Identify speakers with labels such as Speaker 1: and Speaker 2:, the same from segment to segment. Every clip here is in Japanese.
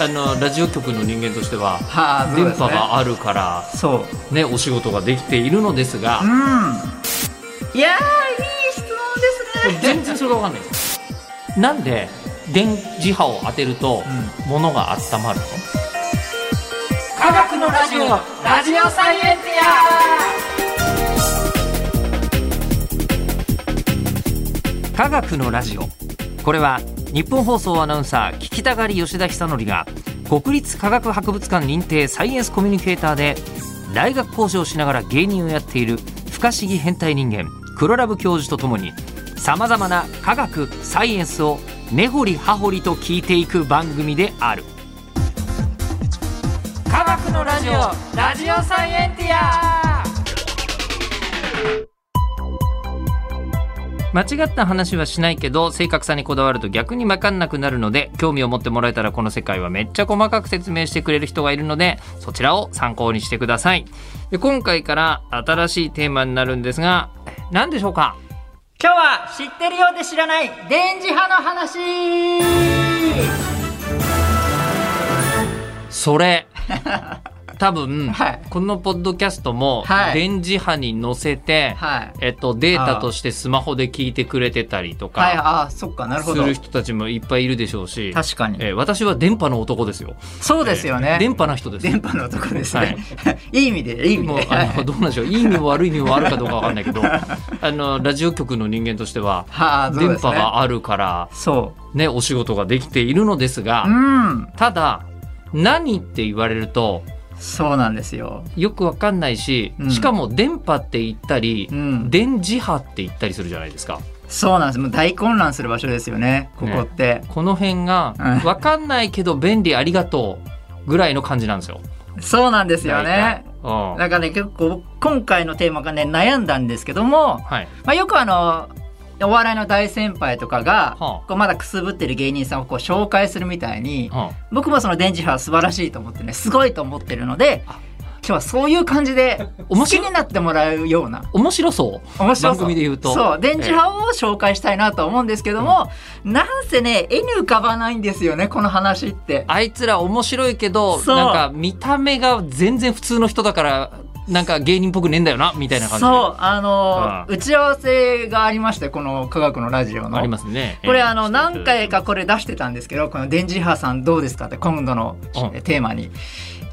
Speaker 1: あのラジオ局の人間としては
Speaker 2: はあそう
Speaker 1: 電
Speaker 2: です
Speaker 1: 波
Speaker 2: ね
Speaker 1: があるから
Speaker 2: そう
Speaker 1: ねお仕事ができているのですが
Speaker 2: うんいやーいい質問ですね
Speaker 1: 全然それが分かんないですなんで電磁波を当てると、物が温まるの
Speaker 2: 科学のラジオラジオサイエンティ
Speaker 1: 科学のラジオこれは日本放送アナウンサー聞きたがり吉田久典が国立科学博物館認定サイエンスコミュニケーターで大学講師をしながら芸人をやっている不可思議変態人間黒ラブ教授とともにさまざまな科学サイエンスを根掘り葉掘りと聞いていく番組である
Speaker 2: ア科学のラジオラジオサイエンティア
Speaker 1: 間違った話はしないけど正確さにこだわると逆に分かんなくなるので興味を持ってもらえたらこの世界はめっちゃ細かく説明してくれる人がいるのでそちらを参考にしてくださいで今回から新しいテーマになるんですが何でしょうか
Speaker 2: 今日は知ってるようで知らない電磁波の話
Speaker 1: それ 多分、
Speaker 2: はい
Speaker 1: このポッドキャストも
Speaker 2: はい
Speaker 1: 電磁波に乗せて、
Speaker 2: はい
Speaker 1: えっと、データとしてスマホで聞いてくれてたりと
Speaker 2: はい
Speaker 1: か
Speaker 2: あーそっかなる
Speaker 1: す
Speaker 2: ほど
Speaker 1: る人たちもいっぱいいるでしょうし
Speaker 2: 確かに
Speaker 1: えー私は電波の男ですよ
Speaker 2: そうですよね、
Speaker 1: 電波な人です
Speaker 2: 電波の男ですね、 い、い意味でいい意味
Speaker 1: もう
Speaker 2: で
Speaker 1: あのどうなんでしょういい意味も悪い意味もあるかどうかわかんないけ どあのラジオ局の人間としては
Speaker 2: は あそう
Speaker 1: 電
Speaker 2: です
Speaker 1: 波
Speaker 2: ね
Speaker 1: があるから、
Speaker 2: そ
Speaker 1: ね、お仕事ができているのですが
Speaker 2: ううん
Speaker 1: ただ何って言われると
Speaker 2: そうなんですよ
Speaker 1: よくわかんないし、
Speaker 2: うん
Speaker 1: しかも電波って言ったり、
Speaker 2: うん
Speaker 1: 電磁波って言ったりするじゃないですか
Speaker 2: そうなんですもう大混乱する場所ですよねここって、
Speaker 1: この辺が
Speaker 2: うん
Speaker 1: わかんないけど便利ありがとうぐらいの感じなんですよ。
Speaker 2: そうなんですよね
Speaker 1: 大体うん
Speaker 2: なんかね結構今回のテーマがね悩んだんですけども、
Speaker 1: はい
Speaker 2: まあ、よくあのお笑いの大先輩とかが、
Speaker 1: はあ
Speaker 2: こうまだくすぶってる芸人さんをこう紹介するみたいに、
Speaker 1: うん
Speaker 2: 僕もその電磁波は素晴らしいと思ってねすごいと思ってるので今日はそういう感じで
Speaker 1: 面
Speaker 2: 好
Speaker 1: 白
Speaker 2: き
Speaker 1: い
Speaker 2: になってもらうような
Speaker 1: 面白そう
Speaker 2: 面白そ
Speaker 1: 番
Speaker 2: う
Speaker 1: 組で言うと
Speaker 2: そう電磁波を紹介したいなと思うんですけども、なんせね絵に浮かばないんですよねこの話って
Speaker 1: あいつら面白いけど
Speaker 2: そう
Speaker 1: なんか見た目が全然普通の人だからなんか芸人っぽくねえんだよなみたいな感じ
Speaker 2: そうあの
Speaker 1: ああ
Speaker 2: 打ち合わせがありましてこの科学のラジオの
Speaker 1: ありますね。
Speaker 2: これ
Speaker 1: えー
Speaker 2: あの何回かこれ出してたんですけどこの電磁波さんどうですかって今度の
Speaker 1: うん
Speaker 2: テーマに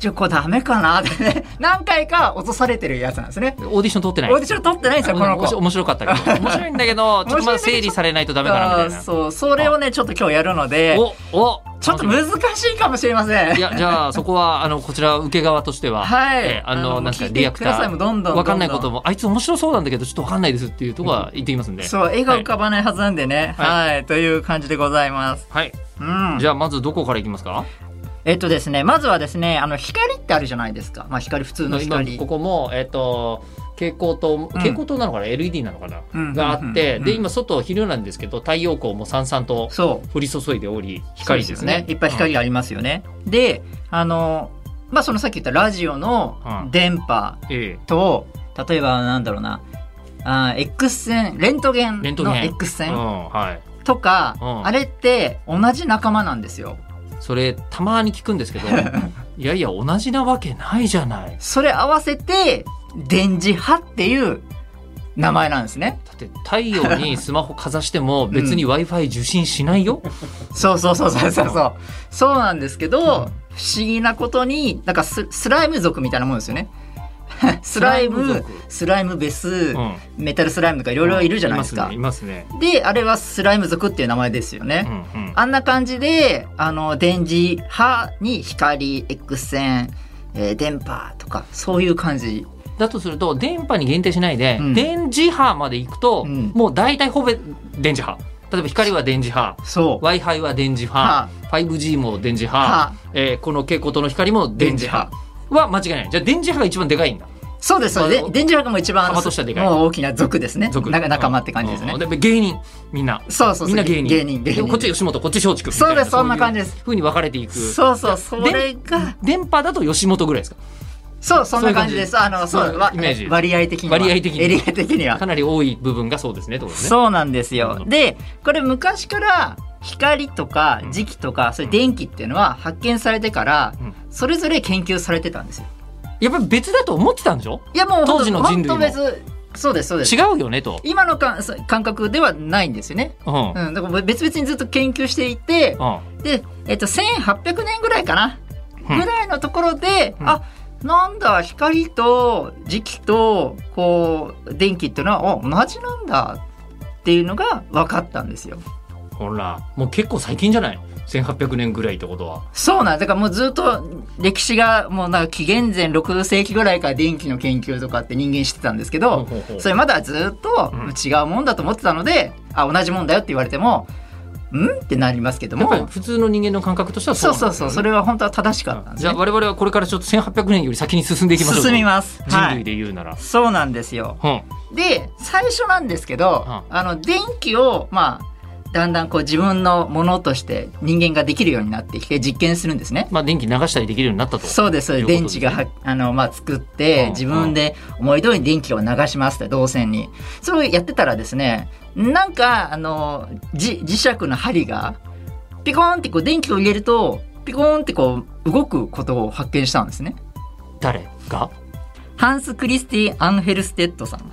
Speaker 2: ちょこれダメかなってね 何回か落とされてるやつなんですね
Speaker 1: オーディション通って
Speaker 2: オ
Speaker 1: ない。
Speaker 2: ーディション取ってないんですよこの
Speaker 1: 面白
Speaker 2: 子
Speaker 1: 面白かったけ ど面白いんだけどちょっとまだ整理されないとダメかなみた
Speaker 2: あー
Speaker 1: いな。
Speaker 2: そうそれをねちょっと今日やるので
Speaker 1: おお
Speaker 2: ちょっと難しいかもしれません
Speaker 1: いやじゃあそこはあのこちら受け側としては、
Speaker 2: はい
Speaker 1: えーあの
Speaker 2: あの
Speaker 1: なんかリアクタ
Speaker 2: 聞いてくださいもうどんどんどんど
Speaker 1: ー
Speaker 2: ん
Speaker 1: わかんないこともあいつ面白そうなんだけどちょっとわかんないですっていうとこは言ってきますんで。
Speaker 2: そう絵が浮かばないはずなんでねは、
Speaker 1: はい
Speaker 2: という感じでございます
Speaker 1: はい、
Speaker 2: うん
Speaker 1: じゃあまずどこからいきますか
Speaker 2: えっとですねまずはですねあの光ってあるじゃないですかまあ光普通の
Speaker 1: 今
Speaker 2: 光
Speaker 1: ここもえっ、と蛍光灯蛍光灯なのかな、LED なのかな、
Speaker 2: うん
Speaker 1: があって、
Speaker 2: うん
Speaker 1: で今外昼なんですけど太陽光もさんさんと
Speaker 2: そう
Speaker 1: 降り注いでおり光ですね
Speaker 2: いっぱい光がありますよね、であのまあそのさっき言ったラジオの
Speaker 1: うん
Speaker 2: 電波
Speaker 1: うんえ
Speaker 2: と例えばなんだろうなあー X 線レントゲン
Speaker 1: レント
Speaker 2: の
Speaker 1: ゲン
Speaker 2: X
Speaker 1: えうん
Speaker 2: 線
Speaker 1: はい
Speaker 2: とか、
Speaker 1: うん
Speaker 2: あれって同じ仲間なんですよ
Speaker 1: それたまに聞くんですけ どいやいや同じなわけないじゃない
Speaker 2: それ合わせて電磁波っていう名前なんですね
Speaker 1: だって太陽にスマホかざしても別に w i f i 受信しないよ、
Speaker 2: そうそうそうそうそうそうそうなんですけど、
Speaker 1: ん
Speaker 2: 不思議なことになんかススライム族みたいなもんです よねス
Speaker 1: スラ
Speaker 2: ライ
Speaker 1: イム
Speaker 2: ム
Speaker 1: 族
Speaker 2: スライムベス、
Speaker 1: うんい
Speaker 2: メタルスライムとかいろいろいるじゃないですか。
Speaker 1: いますねいま
Speaker 2: であれはスライム族っていう名前ですよ
Speaker 1: す
Speaker 2: ね。
Speaker 1: ね、うんうん
Speaker 2: あんな感じであの電磁波に光 X 線、えー電波とかそういう感じ。
Speaker 1: だとすると電波に限定しないで、
Speaker 2: うん
Speaker 1: 電磁波まで行くと、
Speaker 2: うん
Speaker 1: もう大体ほぼ電磁波例えば光は電磁波
Speaker 2: そう。
Speaker 1: w i f i は電磁
Speaker 2: は
Speaker 1: 波 5G も電磁波、
Speaker 2: は
Speaker 1: えーこの蛍光灯の光も電磁波
Speaker 2: 電
Speaker 1: は間違いないじゃあ電磁波が一番でかいんだ
Speaker 2: そうですそうです。で電磁波がもう一番
Speaker 1: 幅としてはでかい
Speaker 2: もう大きな族ですね。
Speaker 1: 族
Speaker 2: な仲間って感じですね。
Speaker 1: うんで芸人みんな
Speaker 2: そうそうそう。
Speaker 1: みんな芸人
Speaker 2: 芸人芸
Speaker 1: で
Speaker 2: 人。
Speaker 1: こっち吉本こっち松竹みたい
Speaker 2: そうですそんな感じです
Speaker 1: そういうふうに分かれていく
Speaker 2: そうそうそれが
Speaker 1: 電波だと吉本ぐらいですか
Speaker 2: そうそんな感じです。あの
Speaker 1: そう
Speaker 2: そ
Speaker 1: いう
Speaker 2: うわ
Speaker 1: イメージ
Speaker 2: 割合的には
Speaker 1: 割合的には
Speaker 2: 割合的には
Speaker 1: かなり多い部分がそうですねってことですね
Speaker 2: そうなんですよ。
Speaker 1: うん
Speaker 2: でこれ昔から光とか
Speaker 1: うん
Speaker 2: 磁気とか、そういう電気っていうのは発見されてから、
Speaker 1: うん
Speaker 2: それぞれ研究されてたんですよ。
Speaker 1: やっぱり別だと思ってたんでしょ
Speaker 2: いやもう
Speaker 1: 当時の人類も
Speaker 2: 本当別そうですそうです。
Speaker 1: 違うよねと。
Speaker 2: 今のかんそう感覚ではないんですよね。
Speaker 1: うん。うん。
Speaker 2: うん、だから別々にずっと研究していて、で、えっと、1800年ぐらいかな、
Speaker 1: うん
Speaker 2: ぐらいのところで、
Speaker 1: うん
Speaker 2: あなんだ光と磁気とこう電気っていうのはあ同じなんだっていうのが分かったんですよ。
Speaker 1: ほら、もう結構最近じゃないの ?1800 年ぐらいってことは。
Speaker 2: そうなんだからもうずっと歴史がもうなんか紀元前6世紀ぐらいから電気の研究とかって人間してたんですけ
Speaker 1: ほ
Speaker 2: ど、
Speaker 1: うほうほう
Speaker 2: それまだずっと
Speaker 1: うん
Speaker 2: 違うもんだと思ってたので、あ同じもんだよって言われてもんってなりますけど
Speaker 1: やっぱり
Speaker 2: も
Speaker 1: 普通の人間の感覚としてはそ
Speaker 2: そううそうそうそれは本当は正しかった
Speaker 1: う
Speaker 2: んで
Speaker 1: ん
Speaker 2: す
Speaker 1: じゃあ
Speaker 2: ね。
Speaker 1: 我々はこれからちょっと1800年より先に進んでいきましょうと
Speaker 2: 進みます。は
Speaker 1: 人
Speaker 2: い
Speaker 1: 類で言うなら。
Speaker 2: そうなんですよ。
Speaker 1: うん
Speaker 2: で最初なんですけど、
Speaker 1: う
Speaker 2: あの電気をまあだんだんこう自分のものとして人間ができるようになってきて実験するんですね。
Speaker 1: まあ電気流したりできるようになったと。
Speaker 2: そうですそうです
Speaker 1: という
Speaker 2: 電
Speaker 1: ことで
Speaker 2: 池
Speaker 1: ね
Speaker 2: がはあの、まあ、作って、
Speaker 1: うん
Speaker 2: 自分で思い通りに電気を流しますって導線にそれをやってたらですねなんかあのじ磁石の針がピコーンってこう電気を入れるとピコーンってこう動くことを発見したんですね
Speaker 1: 誰が
Speaker 2: ハンス・クリスティ・アンヘルステッドさん、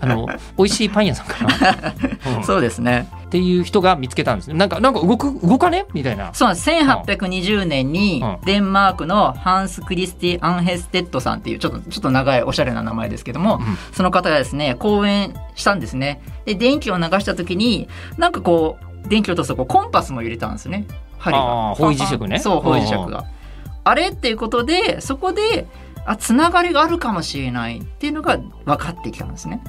Speaker 1: あ の、美味しいパン屋さんかな、うん
Speaker 2: そうですね
Speaker 1: っていう人が見つけたんですね。なんか、なんか動く、動かねみたいな。
Speaker 2: そうなんです1820年に
Speaker 1: うん
Speaker 2: デンマークのハンス・クリスティ・アンヘステッドさんっていうちょっとちょっと長いおしゃれな名前ですけども、
Speaker 1: うん
Speaker 2: その方がですね講演したんですねで電気を流した時になんかこう電気を通すとこうコンパスも入れたんですね針
Speaker 1: あ
Speaker 2: が
Speaker 1: ー方位磁石ね
Speaker 2: そう方位磁石
Speaker 1: うんう
Speaker 2: があれっていうことでそこであつながりがあるかもしれないっていうのが分かってきたんですね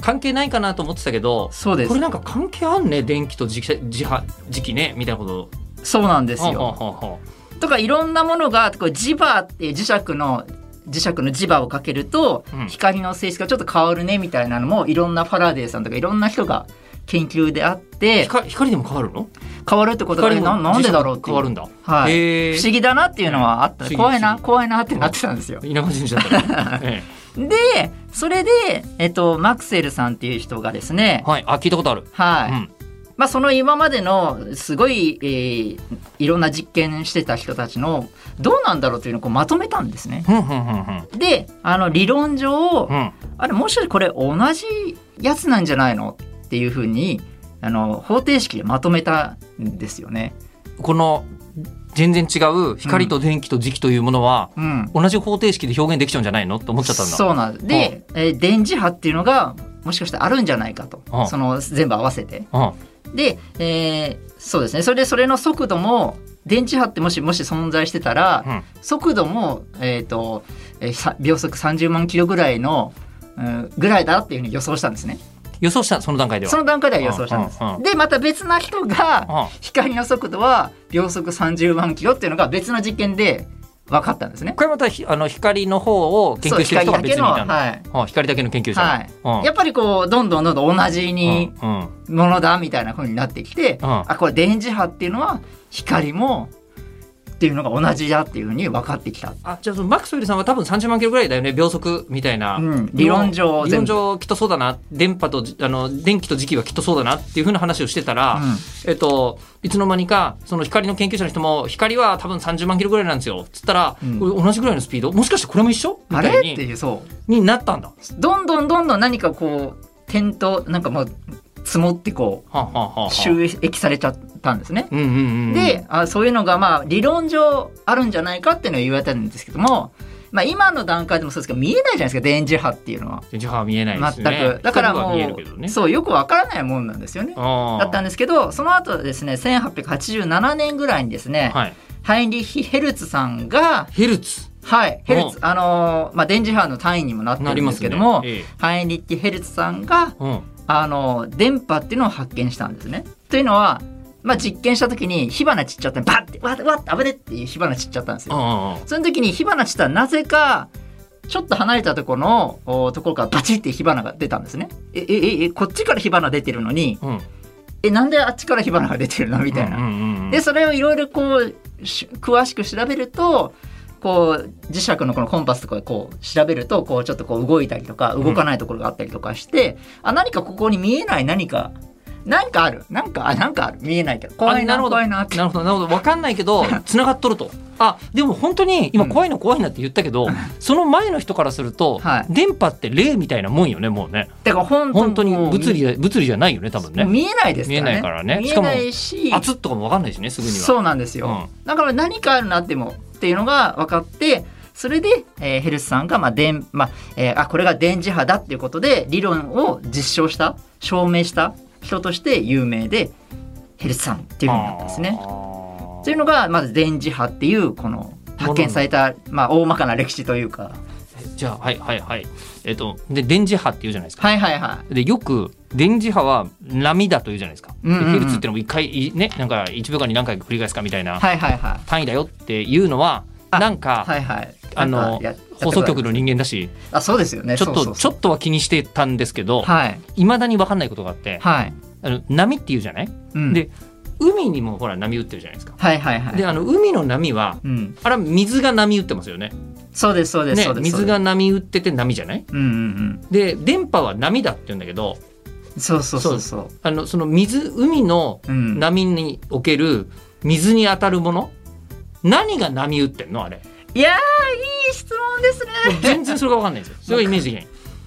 Speaker 1: 関係ないかなと思ってたけど、
Speaker 2: そうです
Speaker 1: これなんか関係あんね電気と磁気磁波磁気ねみたいなこと
Speaker 2: そうなんですよ
Speaker 1: はあはあは
Speaker 2: とかいろんなものがこう磁場って磁石の磁石の磁場をかけると
Speaker 1: うん
Speaker 2: 光の性質がちょっと変わるねみたいなのもいろんなファラデーさんとかいろんな人が研究であっ
Speaker 1: あ
Speaker 2: て
Speaker 1: 光光でも変わるの
Speaker 2: 変わるってことが
Speaker 1: 光も
Speaker 2: ななんでだろうっ
Speaker 1: 磁石
Speaker 2: てい
Speaker 1: 変
Speaker 2: う
Speaker 1: わるんだ、
Speaker 2: はい、
Speaker 1: へえ
Speaker 2: 不思議だなっていうのはあった
Speaker 1: 不思議
Speaker 2: 怖いな
Speaker 1: 不思議
Speaker 2: 怖いなってなってたんですよ。
Speaker 1: 田舎人じゃったら、 え
Speaker 2: でそれで、えっと、マクセルさんっていう人がです
Speaker 1: え
Speaker 2: ね
Speaker 1: はいあ聞いたことある、
Speaker 2: はい、
Speaker 1: うん
Speaker 2: まあ、その今までのすごい、えーいろんな実験してた人たちのどうなんだろうというのをこうまとめたんですね。
Speaker 1: ふんふんふんふん
Speaker 2: であの理論上
Speaker 1: うん
Speaker 2: あれもしかしてこれ同じやつなんじゃないのっていうふうにあの方程式でまとめたんですよね。
Speaker 1: この全然違う光と電気と磁気というものは、
Speaker 2: うん、
Speaker 1: 同じ方程式で表現できちゃうんじゃないのと思っちゃったんだ
Speaker 2: そうなんですで、えー電磁波っていうのがもしかしてあるんじゃないかと
Speaker 1: うん
Speaker 2: その全部合わせて。
Speaker 1: うん、
Speaker 2: で、えーそうですねそれでそれの速度も電磁波ってもしもし存在してたら、
Speaker 1: うん
Speaker 2: 速度も、えーとえーさ秒速30万キロぐらいの、うんぐらいだっていうふうに予想したんですね。
Speaker 1: 予想したその段階では
Speaker 2: その段階では予想したんです
Speaker 1: うんうんう。ん
Speaker 2: でまた別な人が光の速度は秒速30万キロっていうのが別の実験で分かったんですね。
Speaker 1: これまたひあの光の方を研究してる人が別にい
Speaker 2: そう
Speaker 1: た
Speaker 2: 光
Speaker 1: ん
Speaker 2: だ
Speaker 1: だ
Speaker 2: けの、
Speaker 1: うん光だけの研究者
Speaker 2: はいはいやっぱりこうどんどんどんどん同じ
Speaker 1: うん
Speaker 2: に
Speaker 1: うんうん
Speaker 2: ものだみたいな風になってきて、
Speaker 1: うん
Speaker 2: あこれ電磁波っていうのは光もっていうのが同じだっていうふうに分かってきた。
Speaker 1: あじゃあそのマックスウェルさんは多分30万キロぐらいだよね秒速みたいな、
Speaker 2: うん理論上
Speaker 1: 理
Speaker 2: 全
Speaker 1: 論
Speaker 2: 部
Speaker 1: 上きっとそうだな電波とじあの電気と磁気はきっとそうだなっていうふうな話をしてたら、えっと、いつの間にかその光の研究者の人も光は多分30万キロぐらいなんですよつったら、
Speaker 2: うん
Speaker 1: これ同じぐらいのスピードもしかしてこれも一緒
Speaker 2: うん
Speaker 1: み
Speaker 2: あ
Speaker 1: た
Speaker 2: れ
Speaker 1: い
Speaker 2: って
Speaker 1: に
Speaker 2: いうそう
Speaker 1: になったんだ。
Speaker 2: どんどんどんどん何かこう点となんかもう積もってこう
Speaker 1: はあはあはあはあ
Speaker 2: 収益されちゃったんですね。
Speaker 1: うんうんうんうん、
Speaker 2: であそういうのがまあ理論上あるんじゃないかっていうのを言われたんですけども、まあ、今の段階でもそうですけど見えないじゃないですか電磁波っていうのは
Speaker 1: 電磁波は見えないで
Speaker 2: 全
Speaker 1: す
Speaker 2: く、
Speaker 1: ね。
Speaker 2: だから
Speaker 1: 光
Speaker 2: も
Speaker 1: は
Speaker 2: う
Speaker 1: 見えるけどね
Speaker 2: そうよくわからないもんなんですよね。
Speaker 1: あー
Speaker 2: だったんですけどその後ですね1887年ぐらいにですね、
Speaker 1: はい、
Speaker 2: ハインリッヒ・ヘルツさんが、
Speaker 1: ヘルツ
Speaker 2: はい、ヘルツ
Speaker 1: う
Speaker 2: あのーまあ、電磁波の単位にもなって
Speaker 1: な
Speaker 2: る
Speaker 1: り
Speaker 2: ん
Speaker 1: ま
Speaker 2: です
Speaker 1: す
Speaker 2: け
Speaker 1: ね
Speaker 2: ども、
Speaker 1: ええ
Speaker 2: ハインリッヒ・ヘルツさんが
Speaker 1: うん、
Speaker 2: あの電波っていうのを発見したんですね。というのは、まあ、実験した時に火花散っちゃったバッてわっわっ危ねっていう火花散っちゃったんです
Speaker 1: うん
Speaker 2: よ。
Speaker 1: うんうん
Speaker 2: その時に火花散ったらなぜかちょっと離れたところのおところからバチって火花が出たんですね。ええええこっちから火花出てるのに
Speaker 1: うん、
Speaker 2: えなんであっちから火花が出てるのみたいな。
Speaker 1: うんうんうん
Speaker 2: でそれをいろいろこうし詳しく調べるとこう磁石のこのコンパスとかこう調べるとこうちょっとこう動いたりとか動かないところがあったりとかして、あ何かここに見えない何かなんかあるなんかあなんかある見えないけど怖いな
Speaker 1: あなるほど
Speaker 2: 怖いなって
Speaker 1: なるほどなるほど分かんないけ ど繋がっとるとあでも本当に今
Speaker 2: うん
Speaker 1: 怖いの怖いなって言ったけど、その前の人からすると、
Speaker 2: はい
Speaker 1: 電波って霊みたいなもんよねもうね
Speaker 2: だから本当
Speaker 1: 本当に
Speaker 2: もう
Speaker 1: 物理で物理じゃないよね多分ね
Speaker 2: 見えないですからね
Speaker 1: 見えないからね
Speaker 2: 見
Speaker 1: し
Speaker 2: え
Speaker 1: かも
Speaker 2: ないし
Speaker 1: 熱っとかも分かんないしねすぐには
Speaker 2: そうなんですよ、だから何かあるなってもっていうのが分かってそれで、えーヘルスさんが、まあ電まあえーあこれが電磁波だっていうことで理論を実証した証明した人として有名でヘルスさんっていうふうになったんですね。
Speaker 1: あー
Speaker 2: というのがまず電磁波っていうこの発見された、まあ、大まかな歴史というか
Speaker 1: じゃあはいはいはいえっとで電磁波って言うじゃないですか、
Speaker 2: はいはいは
Speaker 1: でよく電磁波は波だと言うじゃないですか、
Speaker 2: うんうんうん
Speaker 1: でヘルツってのも一回いねなんか1秒間に何回繰り返すかみたい
Speaker 2: い
Speaker 1: な
Speaker 2: はいはいはい
Speaker 1: 単位だよっていうのは
Speaker 2: あ
Speaker 1: なんか、
Speaker 2: はいはい
Speaker 1: あの
Speaker 2: なんかや
Speaker 1: 放送局
Speaker 2: や
Speaker 1: の人間だし
Speaker 2: ってくるあそうですよね
Speaker 1: ちょっと
Speaker 2: そう
Speaker 1: ちょ
Speaker 2: そう
Speaker 1: っとは気にしてたんですけど
Speaker 2: そうはい
Speaker 1: いまだに分かんないことがあって
Speaker 2: はい、
Speaker 1: あの波っていうじゃない
Speaker 2: うん
Speaker 1: で海にもほら波打ってるじゃないですか
Speaker 2: はいはいはい
Speaker 1: であの海の波は
Speaker 2: うん
Speaker 1: あれは水が波打ってますよね
Speaker 2: そうですそうです
Speaker 1: ね
Speaker 2: そうですそう
Speaker 1: 水
Speaker 2: です
Speaker 1: が波打ってて波じゃない
Speaker 2: うんうん
Speaker 1: で電波は波だって言うんだけど
Speaker 2: うんそうそうそうそう
Speaker 1: あのその水海の
Speaker 2: うん
Speaker 1: 波における水に当たるもの何が波打ってんのあれ
Speaker 2: いやーいい質問ですね
Speaker 1: もう全然それが分かんないん ですよそれがイメージできない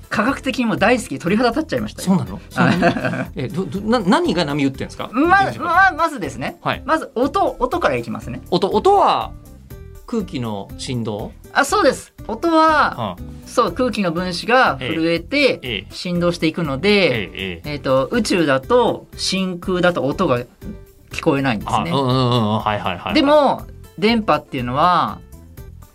Speaker 2: 科学的にも大好き鳥肌立っちゃいました
Speaker 1: そう
Speaker 2: よ
Speaker 1: なのそうなのえどどな何が波打ってんですか
Speaker 2: ま
Speaker 1: 電磁波
Speaker 2: ままずですね
Speaker 1: はい
Speaker 2: まず音音からいきますね
Speaker 1: 音音は空気の振動、
Speaker 2: あそうです音はそう空気の分子が震えて
Speaker 1: ええ
Speaker 2: 振動していくの
Speaker 1: え
Speaker 2: で
Speaker 1: ええ
Speaker 2: えっと宇宙だと真空だと音が聞こえないんです
Speaker 1: あ
Speaker 2: ね
Speaker 1: うんうんうんうんはいはいはい
Speaker 2: でも電波っていうのは、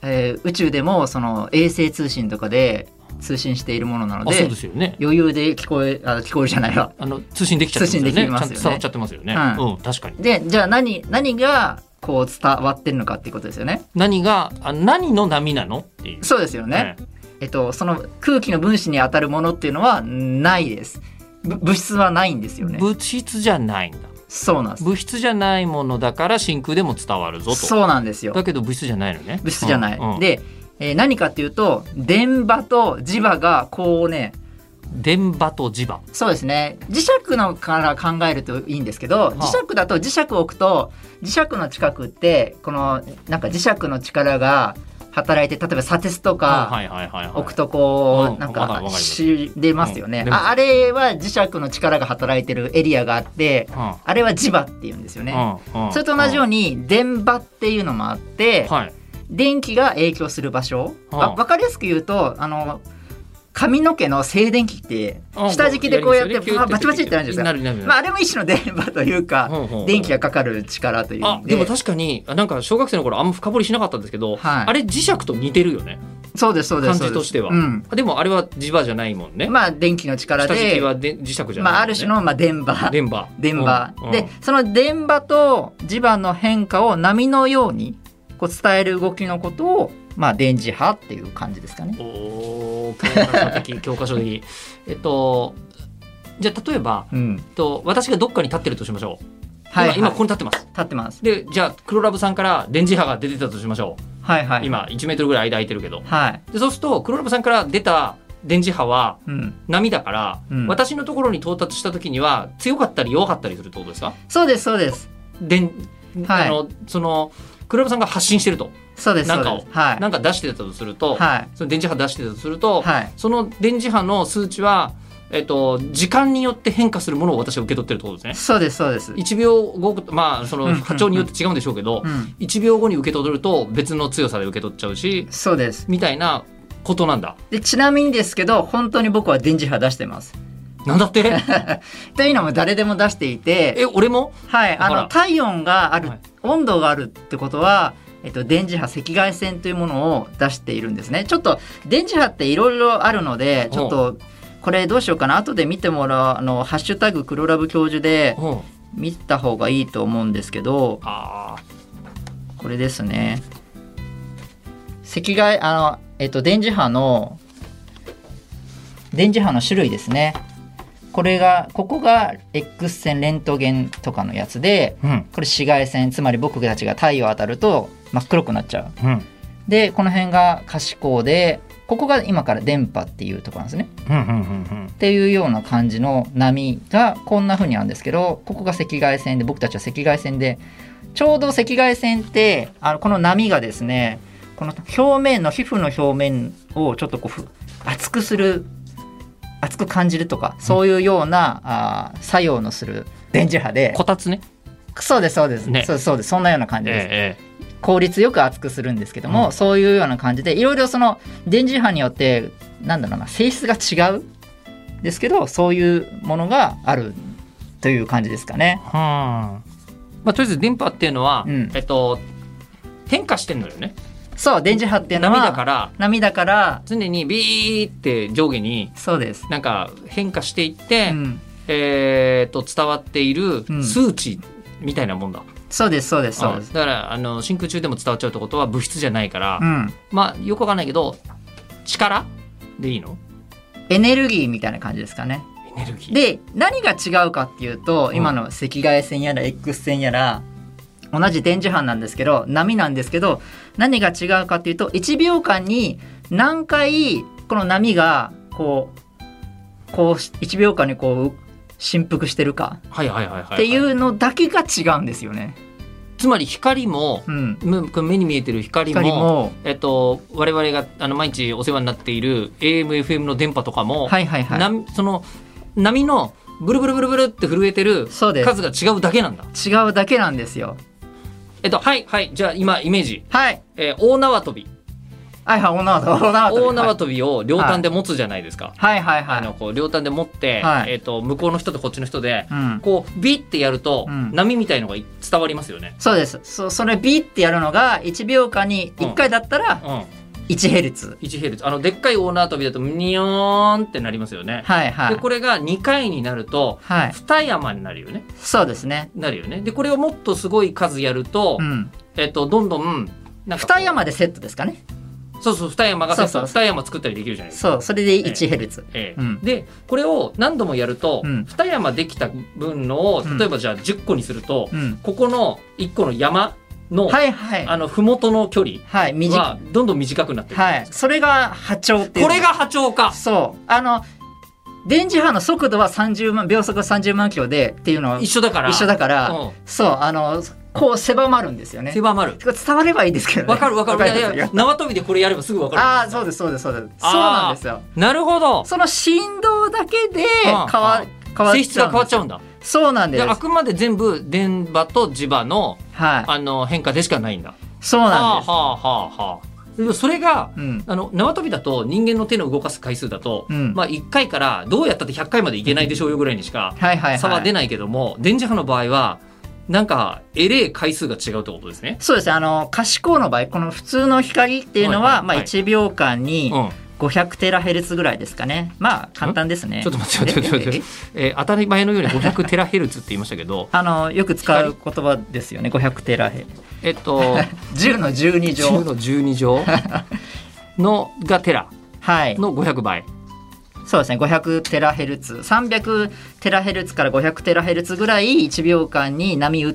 Speaker 2: えー宇宙でもその衛星通信とかで通信しているものなの
Speaker 1: あそう
Speaker 2: で
Speaker 1: ですよね
Speaker 2: 余裕で聞こえあ聞こえるじゃないわ。
Speaker 1: あの通信できちゃってますよね
Speaker 2: 通信できますよ
Speaker 1: ちゃ
Speaker 2: ね
Speaker 1: んと伝わっちゃってますよね、
Speaker 2: う
Speaker 1: うん確かに
Speaker 2: でじゃあ何何がこう伝わってるのかっていうことですよね。
Speaker 1: 何があ何の波なのっていう
Speaker 2: そうですよね。えっとその空気の分子に当たるものっていうのはないです。ぶ物質はないんですよね。
Speaker 1: 物質じゃないんだ
Speaker 2: そうなんです。
Speaker 1: 物質じゃないものだから真空でも伝わるぞと
Speaker 2: そうなんですよ。
Speaker 1: だけど物質じゃないのね
Speaker 2: 物質じゃない。
Speaker 1: うんうん
Speaker 2: で、えー何かっていうと電波と磁場がこうね
Speaker 1: 電波と磁場
Speaker 2: そうですね磁石のから考えるといいんですけど磁石だと磁石を置くと磁石の近くってこのなんか磁石の力が働いて例えば砂鉄とか
Speaker 1: はいはいはいはい
Speaker 2: 置くとこう、
Speaker 1: うん
Speaker 2: なん
Speaker 1: わかるわ
Speaker 2: か
Speaker 1: かる
Speaker 2: し出ますよね、
Speaker 1: うん出ます
Speaker 2: ああれは磁石の力が働いてるエリアがあって
Speaker 1: うん
Speaker 2: あれは磁場っていうんですよね。
Speaker 1: うんうん
Speaker 2: それと同じよう
Speaker 1: に
Speaker 2: に電波っていうのもあって、
Speaker 1: はい
Speaker 2: 電気が影響する場所、
Speaker 1: うん
Speaker 2: わ分かりやすく言うとあの髪の毛の静電気って下敷きでこうやってババチバチってなるんです
Speaker 1: な
Speaker 2: よ。
Speaker 1: るなるなる
Speaker 2: まあ、あれも一種の電波というか、
Speaker 1: うんうんうん
Speaker 2: 電気がかかる力というん
Speaker 1: あ
Speaker 2: で
Speaker 1: でも確かにあなんか小学生の頃あんま深掘りしなかったんですけど、
Speaker 2: はい
Speaker 1: あれ磁石と似てるよね
Speaker 2: そうですそうで
Speaker 1: 感
Speaker 2: すそう
Speaker 1: じ
Speaker 2: で
Speaker 1: と
Speaker 2: す
Speaker 1: しては、
Speaker 2: うん
Speaker 1: でもあれは磁場じゃないもんね、
Speaker 2: まあ電気の力
Speaker 1: 下敷
Speaker 2: で
Speaker 1: きはで磁石じゃないもんね、
Speaker 2: まあ、ある種のまあ電波
Speaker 1: 電波
Speaker 2: 電波、
Speaker 1: うんうん
Speaker 2: でその電波と磁場の変化を波のようにこう伝える動きのことを、まあ、電磁波っていう感じですかね。
Speaker 1: おー教科書的 教科書的えっとじゃあ例えば、
Speaker 2: うん
Speaker 1: えっと、私がどっかに立ってるとしましょう
Speaker 2: はいはい、
Speaker 1: 今今ここに立ってます
Speaker 2: 立ってます。
Speaker 1: でじゃあ黒ラブさんから電磁波が出てたとしましょ
Speaker 2: はいは
Speaker 1: う
Speaker 2: い、
Speaker 1: 今1メートルぐらい間空いてるけど
Speaker 2: はい、
Speaker 1: でそうすると黒ラブさんから出た電磁波は
Speaker 2: うん、
Speaker 1: 波だから、
Speaker 2: うん
Speaker 1: 私のところに到達した時には強かったり弱かったりするってことですか
Speaker 2: そうですそうです
Speaker 1: でん
Speaker 2: はい
Speaker 1: あのその黒ラブさんが発信してると
Speaker 2: そうです
Speaker 1: な
Speaker 2: そ
Speaker 1: ん
Speaker 2: う
Speaker 1: かを
Speaker 2: ですはい
Speaker 1: なんか出してたとすると、
Speaker 2: はい
Speaker 1: その電磁波出してたとすると、
Speaker 2: はい
Speaker 1: その電磁波の数値は、えっと、時間によって変化するものを私は受け取ってるってことですね。
Speaker 2: そうですそうです
Speaker 1: 1秒後まあそ
Speaker 2: うんうん
Speaker 1: の
Speaker 2: うん
Speaker 1: 波長によって違うんでしょうけど、
Speaker 2: うん
Speaker 1: 1秒後に受け取ると別の強さで受け取っちゃうし
Speaker 2: そうです
Speaker 1: みたいなことなんだ。
Speaker 2: でちなみにですけど本当に僕は電磁波出してます
Speaker 1: なんだって
Speaker 2: というのも誰でも出していて
Speaker 1: え俺も
Speaker 2: はいあ
Speaker 1: ほ
Speaker 2: の
Speaker 1: ら
Speaker 2: 体温がある、
Speaker 1: はい
Speaker 2: 温度があるってことはえっと、電磁波赤外線というものを出しているんですねちょっと電磁波っていろいろあるのでちょっとこれどうしようかな後で見てもらうあの「ハッシュタグ黒ラブ教授」で
Speaker 1: うん
Speaker 2: 見た方がいいと思うんですけど
Speaker 1: あ
Speaker 2: これですね赤外あのえっと電磁波の電磁波の種類ですねこれがここが X 線レントゲンとかのやつで
Speaker 1: ーうん
Speaker 2: これ紫外線つまり僕たちが太陽当たると真っ黒くなっちゃう
Speaker 1: うん
Speaker 2: でこの辺が可視光でここが今から電波っていうところなんですね。
Speaker 1: うんうんうん
Speaker 2: っていうような感じの波がこんな風にあるんですけどここが赤外線で僕たちは赤外線でちょうど赤外線ってあのこの波がですねこの表面の皮膚の表面をちょっとこうふ熱くする熱く感じるとかそういうような、あー作用のする電磁波
Speaker 1: う
Speaker 2: で
Speaker 1: んこたつね
Speaker 2: そうですそうです、
Speaker 1: ね
Speaker 2: そうそうですそんなような感じです、
Speaker 1: ええ
Speaker 2: 効率よく熱くするんですけども、
Speaker 1: うん
Speaker 2: そういうような感じでいろいろその電磁波によってなんだろうな性質が違うですけどそういうものがあるという感じですかね。
Speaker 1: はあまあとりあえず電波っていうのは、
Speaker 2: うん
Speaker 1: えっと変化してんのよね
Speaker 2: そう電磁波っていうのは
Speaker 1: 波だから
Speaker 2: 波だから
Speaker 1: 常にビーって上下に
Speaker 2: そうです。
Speaker 1: なんか変化していって、
Speaker 2: うん、
Speaker 1: えー、と伝わっている
Speaker 2: うん
Speaker 1: 数値みたいなもんだ、
Speaker 2: そうですそうですそう
Speaker 1: う
Speaker 2: で
Speaker 1: ん
Speaker 2: す。
Speaker 1: だからあの真空中でも伝わっちゃうってことは物質じゃないから、
Speaker 2: うん、
Speaker 1: まあよくわかんないけど力でいいの
Speaker 2: エネルギーみたいな感じですかね。
Speaker 1: エネルギー
Speaker 2: で何が違うかっていうと
Speaker 1: うん
Speaker 2: 今の赤外線やら X 線やら同じ電磁波なんですけど波なんですけど何が違うかっていうと1秒間に何回この波がこうこうし1秒間にこう振幅してるか
Speaker 1: はいはいはいはい、はい、
Speaker 2: っていうのだけが違うんですよね。
Speaker 1: つまり光も
Speaker 2: うん、
Speaker 1: む目に見えてる光も
Speaker 2: 光も
Speaker 1: えっと、我々があの毎日お世話になっている AMFM の電波とかも、
Speaker 2: はいはいは
Speaker 1: 波その波のブルブルブルブルって震えてる
Speaker 2: い。そうで
Speaker 1: 数が違うだけなんだ。
Speaker 2: す。違うだけなんですよ。
Speaker 1: えっと、はいはいじゃあ今イメージ、
Speaker 2: はい。
Speaker 1: えー大縄跳び
Speaker 2: はいはい、大縄跳び。大縄跳び
Speaker 1: 大縄跳びを両端で持つじゃないですか、
Speaker 2: はいはい
Speaker 1: あ
Speaker 2: は
Speaker 1: の
Speaker 2: い。
Speaker 1: こう両端で持って、
Speaker 2: はい
Speaker 1: えっと向こうの人とこっちの人で、
Speaker 2: うん。
Speaker 1: こうビッてやると、
Speaker 2: うん
Speaker 1: 波みたいのが伝わりますよね。
Speaker 2: そうですそそれビーってやるのが1秒間に1回だったら
Speaker 1: うん、
Speaker 2: 1ヘルツ、
Speaker 1: 1ヘルツあのでっかい大縄跳びだとニヨーンってなりますよね。
Speaker 2: はいはい
Speaker 1: でこれが2回になると
Speaker 2: はい
Speaker 1: 二山になるよね。
Speaker 2: そうですね
Speaker 1: なるよね。でこれをもっとすごい数やると、
Speaker 2: うん
Speaker 1: えっとどんどんなんかこう
Speaker 2: 2山でセットですかね
Speaker 1: そうそう二山が
Speaker 2: そうそう
Speaker 1: 二山作ったりできるじゃないですか。
Speaker 2: そうそれで1ヘルツ
Speaker 1: ええ
Speaker 2: うん
Speaker 1: でこれを何度もやると、
Speaker 2: うん
Speaker 1: 二山できた分のを
Speaker 2: うん
Speaker 1: 例えばじゃあ10個にすると、
Speaker 2: うん
Speaker 1: ここの1個の山の、
Speaker 2: はいはい
Speaker 1: あの麓の距離
Speaker 2: はい短い
Speaker 1: はどんどん短くなってる、
Speaker 2: はいそれが波長っていう
Speaker 1: これが波長か
Speaker 2: そうあの電磁波の速度は30万秒速は30万キロでっていうのは
Speaker 1: 一緒だから
Speaker 2: 一緒だから、
Speaker 1: うん
Speaker 2: そうあのこう狭まるんですよね
Speaker 1: 狭まる
Speaker 2: これ伝わればいいですけどね
Speaker 1: わかるわかる
Speaker 2: わ
Speaker 1: いやいや縄跳びでこれやればすぐわかる
Speaker 2: ああそうですそうですそうですそうなんですよ
Speaker 1: なるほど
Speaker 2: その振動だけで変
Speaker 1: ああああ
Speaker 2: わ変わっ
Speaker 1: 性質が変わっちゃ
Speaker 2: う
Speaker 1: うんだ
Speaker 2: んですそうなんで
Speaker 1: ですあくまで全部電波と磁場の
Speaker 2: はい
Speaker 1: あの変化でしかないんだ
Speaker 2: そうなんです
Speaker 1: はあはあはあはあでそれが
Speaker 2: うん
Speaker 1: あの縄跳びだと人間の手の動かす回数だと、
Speaker 2: うん
Speaker 1: まあ1回からどうやったって100回までいけないでしょうよぐらいにしか
Speaker 2: はいはい
Speaker 1: 差は
Speaker 2: は
Speaker 1: 出
Speaker 2: い
Speaker 1: ないけども、電磁波の場合はなんかえれえ回数が違うってことですね。
Speaker 2: そうですねあの可視光の場合この普通の光っていうのは、
Speaker 1: はいはいはい
Speaker 2: まあ1秒間
Speaker 1: う
Speaker 2: に
Speaker 1: ん、
Speaker 2: 500テラヘルツぐらいですかねまあ簡単 ですね
Speaker 1: ちょっと待って待って待って待って、えー当たり前のように500テラヘルツって言いましたけど
Speaker 2: あのよく使う言葉ですよね500テラヘル
Speaker 1: えっ と
Speaker 2: 10の12
Speaker 1: 10
Speaker 2: 乗
Speaker 1: の12乗のがテラ
Speaker 2: はい
Speaker 1: の500倍
Speaker 2: そうですね500テラヘルツ300テラヘルツから500テラヘルツぐらい1秒間に波打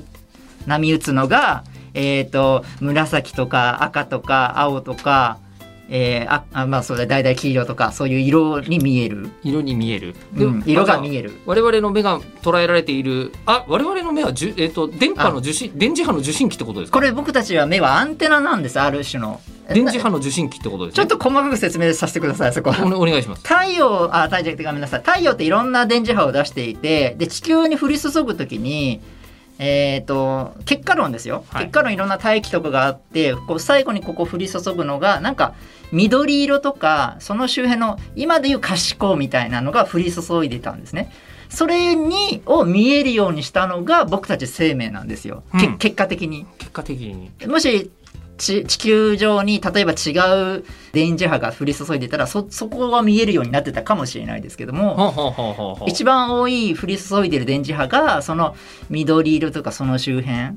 Speaker 2: 波打つのが、えー、と紫とか赤とか青とか、えーああまあそうだだいたい黄色とかそういう色に見える、
Speaker 1: 色に見える、で
Speaker 2: うん、色が見
Speaker 1: る
Speaker 2: える
Speaker 1: 我々の目が捉えられているあ我々の目はじゅ、えっと電波の受信電磁波の受信機ってことですか
Speaker 2: これ僕たちは目はアンテナなんですある種の
Speaker 1: 電磁波
Speaker 2: な
Speaker 1: の受信機ってことです
Speaker 2: ちょ
Speaker 1: ね
Speaker 2: っと細かく説明させてくださいそこは
Speaker 1: おお願いします
Speaker 2: 太陽あ太陽ってごめんなさい太陽っていろんな電磁波を出していてで地球に降り注ぐ時にえー、と結果論ですよ、
Speaker 1: はい
Speaker 2: 結果論いろんな大気とかがあってこう最後にここ降り注ぐのがなんか緑色とかその周辺の今でいう可視光みたいなのが降り注いでたんですねそれにを見えるようにしたのが僕たち生命なんですよ、け
Speaker 1: うん
Speaker 2: 結果的に
Speaker 1: 結果的に
Speaker 2: もしち地球上に例えば違う電磁波が降り注いでたらそそこは見えるようになってたかもしれないですけども
Speaker 1: ほうほうほうほうほう
Speaker 2: 一番多い降り注いでる電磁波がその緑色とかその周辺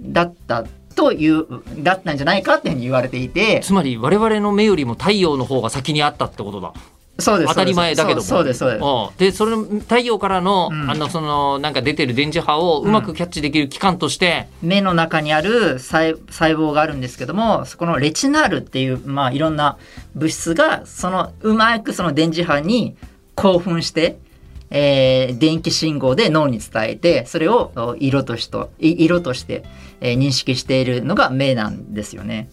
Speaker 2: だったというだったんじゃないかっていうふうに言われていて
Speaker 1: つまり我々の目よりも太陽の方が先にあったってことだ
Speaker 2: そうです
Speaker 1: 当たり前だけども
Speaker 2: そうそうですそうです
Speaker 1: うんでそれの太陽からの,、
Speaker 2: うん
Speaker 1: あのそのなんか出てる電磁波をうまくキャッチできる器官として、
Speaker 2: 目の中にある細細胞があるんですけどもそこのレチナールっていう、まあ、いろんな物質がそのうまくその電磁波に興奮して、えー電気信号で脳に伝えてそれをお色としとい色として、えー認識しているのが目なんですよね。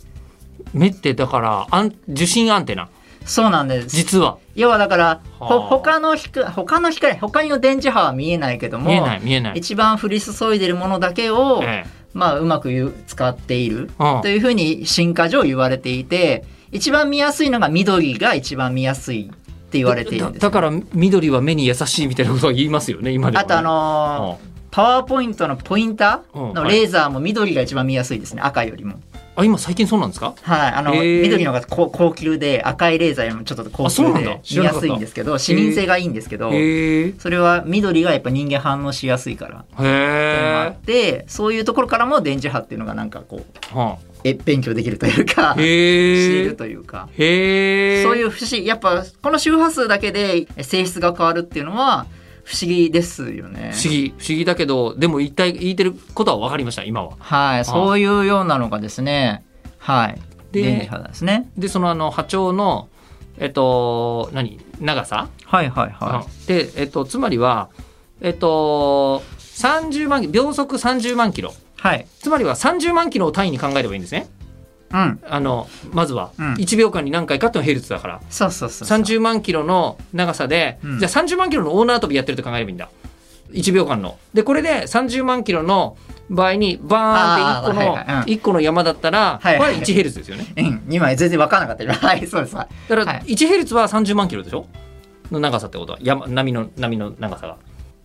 Speaker 1: 目ってだからあん受信アンテナ
Speaker 2: そうなんです
Speaker 1: 実は
Speaker 2: 要はだから、ほ
Speaker 1: はあ
Speaker 2: 他の光他の光他の電磁波は見えないけども
Speaker 1: 見えない見えない。
Speaker 2: 一番降り注いでるものだけを、
Speaker 1: ええ
Speaker 2: まあ、うまく言う使っている
Speaker 1: うん
Speaker 2: というふうに進化上言われていて一番見やすいのが緑が一番見やすいって言われているんです
Speaker 1: だだから緑は目に優しいみたいなことは言いますよね今でもね
Speaker 2: あとあのーパワーポイントのポインタ
Speaker 1: うん
Speaker 2: ーのレーザーも緑が一番見やすいですね赤よりも
Speaker 1: うんあ今最近そうなんですか
Speaker 2: はいあの
Speaker 1: へー
Speaker 2: 緑の方が高高級で赤いレーザーよりもちょっと高
Speaker 1: あそう
Speaker 2: 級
Speaker 1: なんだ
Speaker 2: で
Speaker 1: 知ら
Speaker 2: 見
Speaker 1: な
Speaker 2: や
Speaker 1: かった
Speaker 2: すいんですけど視認性がいいんですけど
Speaker 1: へえ
Speaker 2: それは緑がやっぱ人間反応しやすいから
Speaker 1: へ
Speaker 2: っていうのもあ
Speaker 1: え
Speaker 2: ってそういうところからも電磁波っていうのがなんかこう
Speaker 1: は
Speaker 2: え勉強できるというか
Speaker 1: あ
Speaker 2: 知
Speaker 1: へ
Speaker 2: れ
Speaker 1: え
Speaker 2: るというか
Speaker 1: へえ
Speaker 2: そういうう不思議やっぱこの周波数だけで性質が変わるっていうのは不思議ですよね
Speaker 1: 不思議不思議だけどでも一体言いてることは分かりました今は。
Speaker 2: はいそういうようなのがですねはい
Speaker 1: で
Speaker 2: 電磁波ですね
Speaker 1: でそのあの波長のえっと何長さ、
Speaker 2: はいはいは
Speaker 1: うんでえっとつまりはえっと30万秒速30万キロ
Speaker 2: いはい
Speaker 1: つまりは30万キロを単位に考えればいいんですね。
Speaker 2: うん
Speaker 1: あのまずは
Speaker 2: うん
Speaker 1: 1秒間に何回かっていうのがヘルツだから、
Speaker 2: そうそうそうそう
Speaker 1: 30万キロの長さで、
Speaker 2: うん
Speaker 1: じゃあ30万キロの大縄跳びやってると考えればいいんだ1秒間のでこれで30万キロの場合にバーンって1個の、
Speaker 2: あーはいはいうん
Speaker 1: 一個の山だったら、
Speaker 2: はいはい
Speaker 1: これ1ヘルツですよね
Speaker 2: うん今全然分からなかった今 はいそうですはい
Speaker 1: だか
Speaker 2: は
Speaker 1: ら
Speaker 2: い
Speaker 1: 1ヘルツは30万キロでしょの長さってことは山波の波の長さが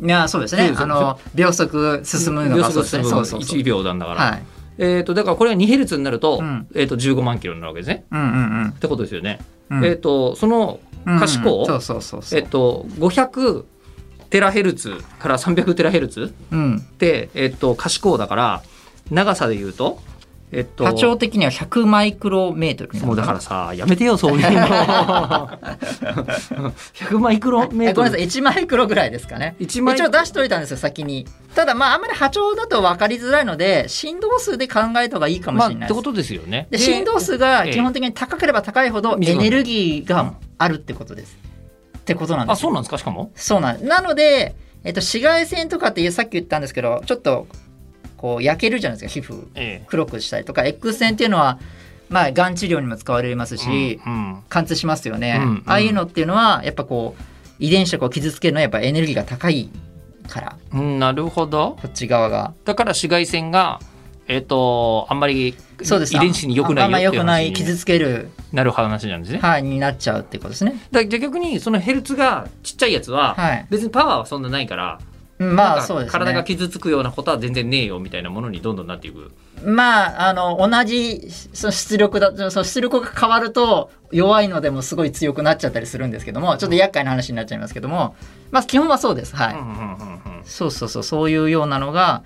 Speaker 2: いやそうで
Speaker 1: そ
Speaker 2: す
Speaker 1: う
Speaker 2: ね
Speaker 1: です
Speaker 2: あの秒速進むのがそうですね
Speaker 1: 秒
Speaker 2: そう
Speaker 1: 速
Speaker 2: そ
Speaker 1: 進
Speaker 2: う
Speaker 1: む
Speaker 2: そ
Speaker 1: 1
Speaker 2: う
Speaker 1: 秒なんだから、
Speaker 2: はい
Speaker 1: えー、とだからこれが2ヘルツになると,、
Speaker 2: うん
Speaker 1: えー、と15万キロになるわけですね
Speaker 2: うんうん
Speaker 1: ってことですよね、
Speaker 2: うんうん
Speaker 1: えっ、とその可視
Speaker 2: うんうん
Speaker 1: 光
Speaker 2: そうそうそうそ
Speaker 1: え
Speaker 2: う
Speaker 1: っと、500テラヘルツから300テラヘルツ
Speaker 2: うん
Speaker 1: って、えっと、可視光だから長さで言うと、えっと、
Speaker 2: 波長的には100マイクロメートルになる
Speaker 1: もうだからさやめてよそういうの 100マイクロメ
Speaker 2: え
Speaker 1: ート
Speaker 2: ごめんなさ
Speaker 1: ル
Speaker 2: い1マイクロぐらいですかね
Speaker 1: 1
Speaker 2: 一
Speaker 1: マイ
Speaker 2: 応出しといたんですよ先にただまああんまり波長だと分かりづらいので振動数で考えた方がいいかも
Speaker 1: まあ
Speaker 2: しれ
Speaker 1: っ
Speaker 2: ない
Speaker 1: て
Speaker 2: で
Speaker 1: こ
Speaker 2: す、
Speaker 1: とですよね
Speaker 2: で振動数が
Speaker 1: ええ
Speaker 2: 基本的に高ければ高いほど
Speaker 1: 短
Speaker 2: エ
Speaker 1: くなる
Speaker 2: ネルギーがあるってことですってことなんで
Speaker 1: あ
Speaker 2: す
Speaker 1: そう
Speaker 2: よ
Speaker 1: なんですかしかも
Speaker 2: そうなんなので、えっと、紫外線とかっていうさっき言ったんですけどちょっとこう焼けるじゃないですか皮膚
Speaker 1: え
Speaker 2: 黒くしたりとか X 線っていうのはまあがん治療にも使われます
Speaker 1: え
Speaker 2: し、
Speaker 1: うん
Speaker 2: 貫通しますよね、
Speaker 1: うんうん
Speaker 2: ああいうのっていうのはやっぱこう遺伝子をこう傷つけるのはやっぱエネルギーが高いから
Speaker 1: うんうんなるほど
Speaker 2: こっち側が
Speaker 1: だから紫外線がえっとあんまり遺
Speaker 2: そうです
Speaker 1: 伝子に良くな
Speaker 2: あんま
Speaker 1: いよ
Speaker 2: 良
Speaker 1: っていう
Speaker 2: くない
Speaker 1: 話
Speaker 2: 傷
Speaker 1: に
Speaker 2: つける
Speaker 1: なる話なんですね
Speaker 2: はいになっちゃうってことですね
Speaker 1: だじゃあ逆にそのヘルツがちっちゃいやつは、
Speaker 2: はい
Speaker 1: 別にパワーはそんなないから
Speaker 2: うんまあ
Speaker 1: なんか
Speaker 2: そうです
Speaker 1: 体が
Speaker 2: ね
Speaker 1: 傷つくようなことは全然ねえよみたいなものにどんどんなっていく
Speaker 2: まああの同じその出力だその出力が変わると弱いのでもすごい強くなっちゃったりするんですけどもちょっと厄介な話になっちゃいますけどもまあ基本はそうですはい、
Speaker 1: うんうんうんうん
Speaker 2: そうそうそうそういうようなのが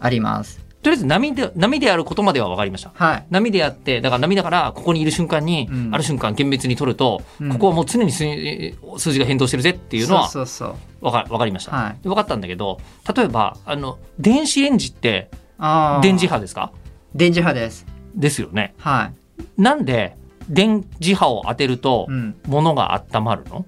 Speaker 2: あります
Speaker 1: とりあえず波で波であることまでは分かりました
Speaker 2: はい
Speaker 1: 波であってだから波だからここにいる瞬間に、
Speaker 2: うん
Speaker 1: ある瞬間厳密に取ると、
Speaker 2: うん
Speaker 1: ここはもう常に数え数字が変動してるぜっていうのは
Speaker 2: そうそうそう
Speaker 1: 分か分かりました、
Speaker 2: はい
Speaker 1: で分かったんだけど例えばあの電子レンジって
Speaker 2: あー
Speaker 1: 電磁波ですか
Speaker 2: 電磁波です
Speaker 1: ですよね
Speaker 2: はい
Speaker 1: なんで電磁波を当てると、
Speaker 2: うん、
Speaker 1: 物が温まるの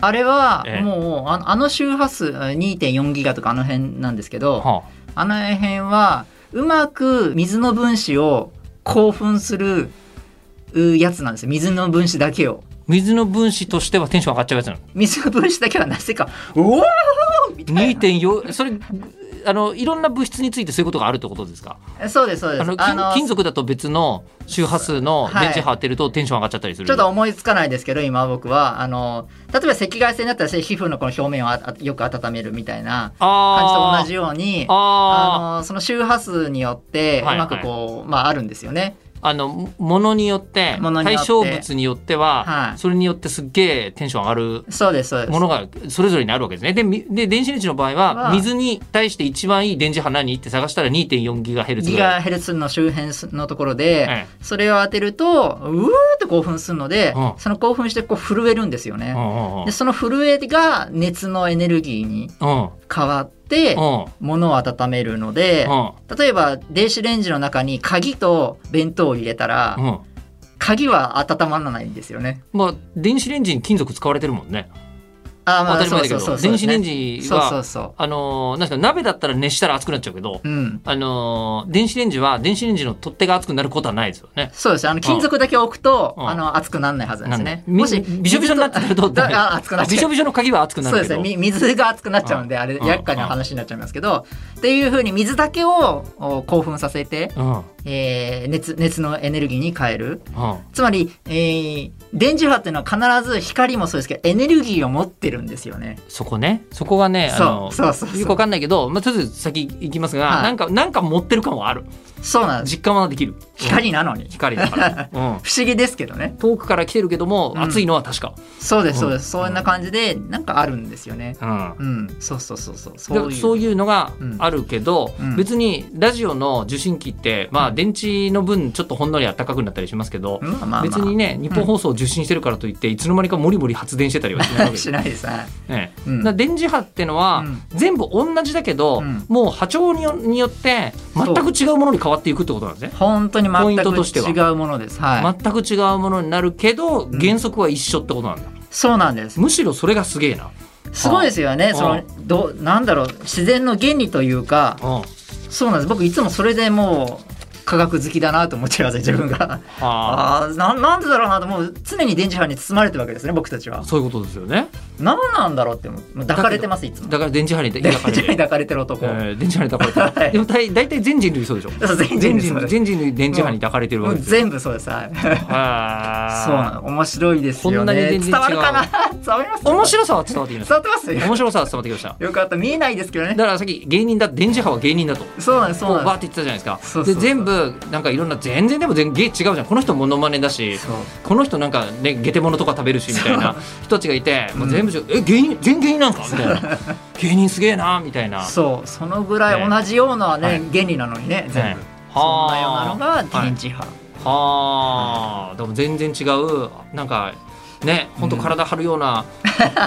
Speaker 2: あれは
Speaker 1: ええ
Speaker 2: もうあのあの周波数2.4ギガとかあの辺なんですけど
Speaker 1: は
Speaker 2: あの辺はうまく水の分子を興奮するうやつなんですよ水の分子だけを
Speaker 1: あ、水の分子としてはテンション上がっちゃうやつなの
Speaker 2: 水の分子だけはなぜか「 うおー!」みたい
Speaker 1: 2.4それあのいろんな物質についてそういうことがあるってことですか
Speaker 2: なそうですそうです
Speaker 1: あの金金属だと別の周波数の
Speaker 2: はい
Speaker 1: 電磁波当てるとテンション上がっちゃったりする、
Speaker 2: ちょっと思いつかないですけど今僕はあの例えば赤外線だったら皮膚のこの表面をああよく温めるみたいな感じと
Speaker 1: あー
Speaker 2: 同じように
Speaker 1: あ
Speaker 2: あのその周波数によってう
Speaker 1: はいはい
Speaker 2: まくこう、まああるんですよね。
Speaker 1: あのものによって
Speaker 2: 物に
Speaker 1: 対
Speaker 2: よって
Speaker 1: 象物によっては、
Speaker 2: はい
Speaker 1: それによってすっげえテンション上がる
Speaker 2: そうですそうです
Speaker 1: ものがそれぞれにあるわけですね。でみで電子レンジの場合は
Speaker 2: は
Speaker 1: 水に対して一番いい電磁波何って探したら 2.4GHz
Speaker 2: ギ
Speaker 1: ぐら
Speaker 2: ガ
Speaker 1: い。
Speaker 2: ヘルツの周辺のところで、
Speaker 1: ええ
Speaker 2: それを当てるとうーって興奮するので、
Speaker 1: うん
Speaker 2: その興奮してこう震えるんですよ
Speaker 1: う
Speaker 2: ね、
Speaker 1: んうんうん
Speaker 2: でその震えが熱のエネルギーに
Speaker 1: うん
Speaker 2: 変わって
Speaker 1: うん
Speaker 2: 物を温めるので
Speaker 1: うん
Speaker 2: 例えば電子レンジの中に鍵と弁当を入れたら
Speaker 1: うん
Speaker 2: 鍵は温まらないんですよね
Speaker 1: まあ電子レンジに金属使われてるもんね。
Speaker 2: あーま
Speaker 1: 当
Speaker 2: あ
Speaker 1: たり前だけ
Speaker 2: そうそう
Speaker 1: ど
Speaker 2: そうそ
Speaker 1: 電
Speaker 2: うです
Speaker 1: 子
Speaker 2: ね
Speaker 1: レンジ
Speaker 2: そうそ
Speaker 1: は
Speaker 2: うそ
Speaker 1: あのーなんか鍋だったら熱したら熱くなっちゃうけど。
Speaker 2: ううん
Speaker 1: あのー電子レンジは電子レンジの取っ手が熱くなることはないですよね。
Speaker 2: そうですあの金属だけ置くと
Speaker 1: うん
Speaker 2: あの熱くならないはずなんですね
Speaker 1: なんでみびしょびしょになってると
Speaker 2: 水とあ熱くなっちゃう
Speaker 1: びしょびしょの鍵は熱くな
Speaker 2: そう
Speaker 1: る
Speaker 2: で
Speaker 1: け
Speaker 2: すね
Speaker 1: ど。
Speaker 2: み水が熱くなっちゃうんであれ
Speaker 1: うん
Speaker 2: 厄介な話になっちゃいますけどっていうふうに水だけをお興奮させて、
Speaker 1: うんうん
Speaker 2: えー熱熱のエネルギーに変えるつまり、えー電磁波っていうのは必ず光もそうですけどエネルギーを持ってるんですよね。
Speaker 1: そこねそこがねあ
Speaker 2: そ
Speaker 1: の
Speaker 2: うそうそう
Speaker 1: よく
Speaker 2: そ
Speaker 1: わ
Speaker 2: う
Speaker 1: かんないけど、まあ、ちょっと先行きますが、
Speaker 2: はい
Speaker 1: なんかなんか持ってる感はある
Speaker 2: そうなんです
Speaker 1: 実感はできるうん
Speaker 2: 光なのに
Speaker 1: 光だ から、うん、
Speaker 2: 不思議ですけどね
Speaker 1: 遠くから来てるけども
Speaker 2: うん
Speaker 1: 熱いのは確か、
Speaker 2: そうですそうで
Speaker 1: うん
Speaker 2: す、そんな感じでなんかあるんですよね。
Speaker 1: うん
Speaker 2: うん、そうそうそうそう
Speaker 1: だか
Speaker 2: そ
Speaker 1: ら
Speaker 2: ういう
Speaker 1: そういうのが
Speaker 2: うん
Speaker 1: あるけど、
Speaker 2: うん
Speaker 1: 別にラジオの受信機って、まあ、
Speaker 2: うん
Speaker 1: 電池の分ちょっとほんのり暖かくなったりしますけど、
Speaker 2: まあまあまあ
Speaker 1: 別にね日本放送を受信してるからといって、いつの間にかもりもり発電してたりはしないわけです
Speaker 2: しないですね。
Speaker 1: ね。
Speaker 2: う
Speaker 1: だ
Speaker 2: ん
Speaker 1: から電磁波ってのは、
Speaker 2: うん
Speaker 1: 全部同じだけど、
Speaker 2: うん
Speaker 1: もう波長によによって全く違うものに変わっていくってことなんですね。
Speaker 2: 本当に
Speaker 1: ポイ
Speaker 2: 全
Speaker 1: ン
Speaker 2: く
Speaker 1: トとしては
Speaker 2: 違うものです。はい、
Speaker 1: 全く違うものになるけど
Speaker 2: ん
Speaker 1: 原則は一緒ってことなんだ、
Speaker 2: そうなんです。
Speaker 1: むしろそれがすげえな、
Speaker 2: すごいですよね。
Speaker 1: ん
Speaker 2: そのどうなんだろう自然の原理というか、
Speaker 1: うん、
Speaker 2: そうなんです。僕いつもそれでもう科学好きだなと思っちゃいますね自分が。
Speaker 1: あ
Speaker 2: ああーななんでだろうなともう常に電磁波に包まれてるわけですね僕たちは。
Speaker 1: そういうことですよね
Speaker 2: 何なんだろうってもうもう抱かれてますいつも。
Speaker 1: だから電磁波に抱
Speaker 2: 電
Speaker 1: かれ
Speaker 2: 磁波
Speaker 1: て、
Speaker 2: に 抱かれてる男。
Speaker 1: えー電磁波に抱かれて、
Speaker 2: はい
Speaker 1: でも大大体全人類そうでしょ
Speaker 2: そう全
Speaker 1: 全
Speaker 2: 人
Speaker 1: 人
Speaker 2: 類
Speaker 1: 類全人類電磁波に抱かれてる
Speaker 2: も
Speaker 1: わ
Speaker 2: う
Speaker 1: けですよ
Speaker 2: 全部そうです。はい。
Speaker 1: あー
Speaker 2: そうなの面白いです
Speaker 1: こん
Speaker 2: よ
Speaker 1: なに
Speaker 2: ね。
Speaker 1: 全然違う
Speaker 2: 伝わるかな 伝わります。
Speaker 1: 面白さは伝わってきまし
Speaker 2: 伝わってます
Speaker 1: た
Speaker 2: よ。
Speaker 1: 面白さは伝わってきました
Speaker 2: よかった見えないですけど
Speaker 1: だ
Speaker 2: ね。
Speaker 1: からさっき芸人だ電磁波は芸人だと
Speaker 2: そうなんですそ
Speaker 1: こ
Speaker 2: う
Speaker 1: うバー
Speaker 2: な
Speaker 1: っ
Speaker 2: ん
Speaker 1: て言ってたじゃないですか
Speaker 2: そうそうそう
Speaker 1: で全部なんかいろんな全然でも全芸違うじゃんこの人モノマネだし
Speaker 2: です。そう。
Speaker 1: この人なんかねゲテモノとか食べるしみたいな人たちがいて、もう全部じゅえ芸人全芸人なんかみたいな芸人すげえなみたいな。
Speaker 2: そうそのぐらい同じようなね、
Speaker 1: はい
Speaker 2: 原理なのにね全部、
Speaker 1: ね
Speaker 2: そんなようなの
Speaker 1: は
Speaker 2: が電磁波、
Speaker 1: あ、はあ、でも全然違うなんかね本当体張るような、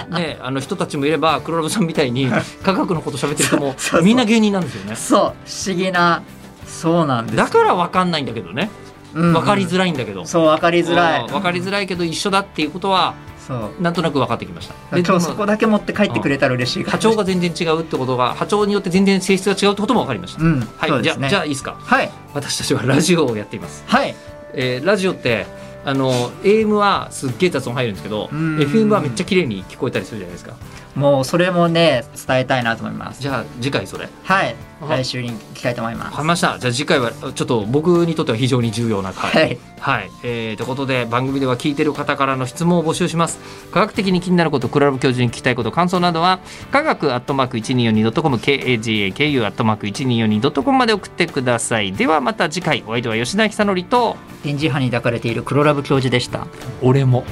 Speaker 1: ねあの人たちもいれば黒ラブさんみたい に科学のこと喋ってる人も
Speaker 2: そうそう
Speaker 1: みんな芸人なんですよね。
Speaker 2: そう不思議なそうなんです
Speaker 1: だから分かんないんだけどね
Speaker 2: 分
Speaker 1: 分かりづ
Speaker 2: ら
Speaker 1: らいんだけど、
Speaker 2: いそう分かりづらい
Speaker 1: 分かりづらいけど一緒だっていうことは
Speaker 2: そう
Speaker 1: なんとなく分かってきました。で
Speaker 2: 今日そこだけ持って帰ってくれたら嬉しい
Speaker 1: 波長が全然違うってことが波長によって全然性質が違うってことも分かりました、
Speaker 2: うん
Speaker 1: はい
Speaker 2: そ
Speaker 1: じ
Speaker 2: うで
Speaker 1: ゃ
Speaker 2: す
Speaker 1: あ
Speaker 2: ね
Speaker 1: じゃあいいですか
Speaker 2: はい
Speaker 1: 私たちはラジオをやっています、
Speaker 2: はい
Speaker 1: えーラジオってあの AM はすっげえ雑音入るんですけど
Speaker 2: うん
Speaker 1: FM はめっちゃ綺麗に聞こえたりするじゃないですか
Speaker 2: もうそれもね伝えたいなと思います
Speaker 1: じゃあ次回それ
Speaker 2: はい
Speaker 1: あ
Speaker 2: 来週に聞きたいと思いま
Speaker 1: わ
Speaker 2: す
Speaker 1: かりましたじゃあ次回はちょっと僕にとっては非常に重要な回
Speaker 2: はい
Speaker 1: はい、えー、ということで番組では聞いてる方からの質問を募集します科学的に気になることクラブ教授に聞きたいこと感想などは科学アットマーク 1242.com kagaku アットマーク 1242.com まで送ってくださいではまた次回お相手は吉田久典と
Speaker 2: 電磁波に抱かれている黒ラブ教授でした
Speaker 1: 俺も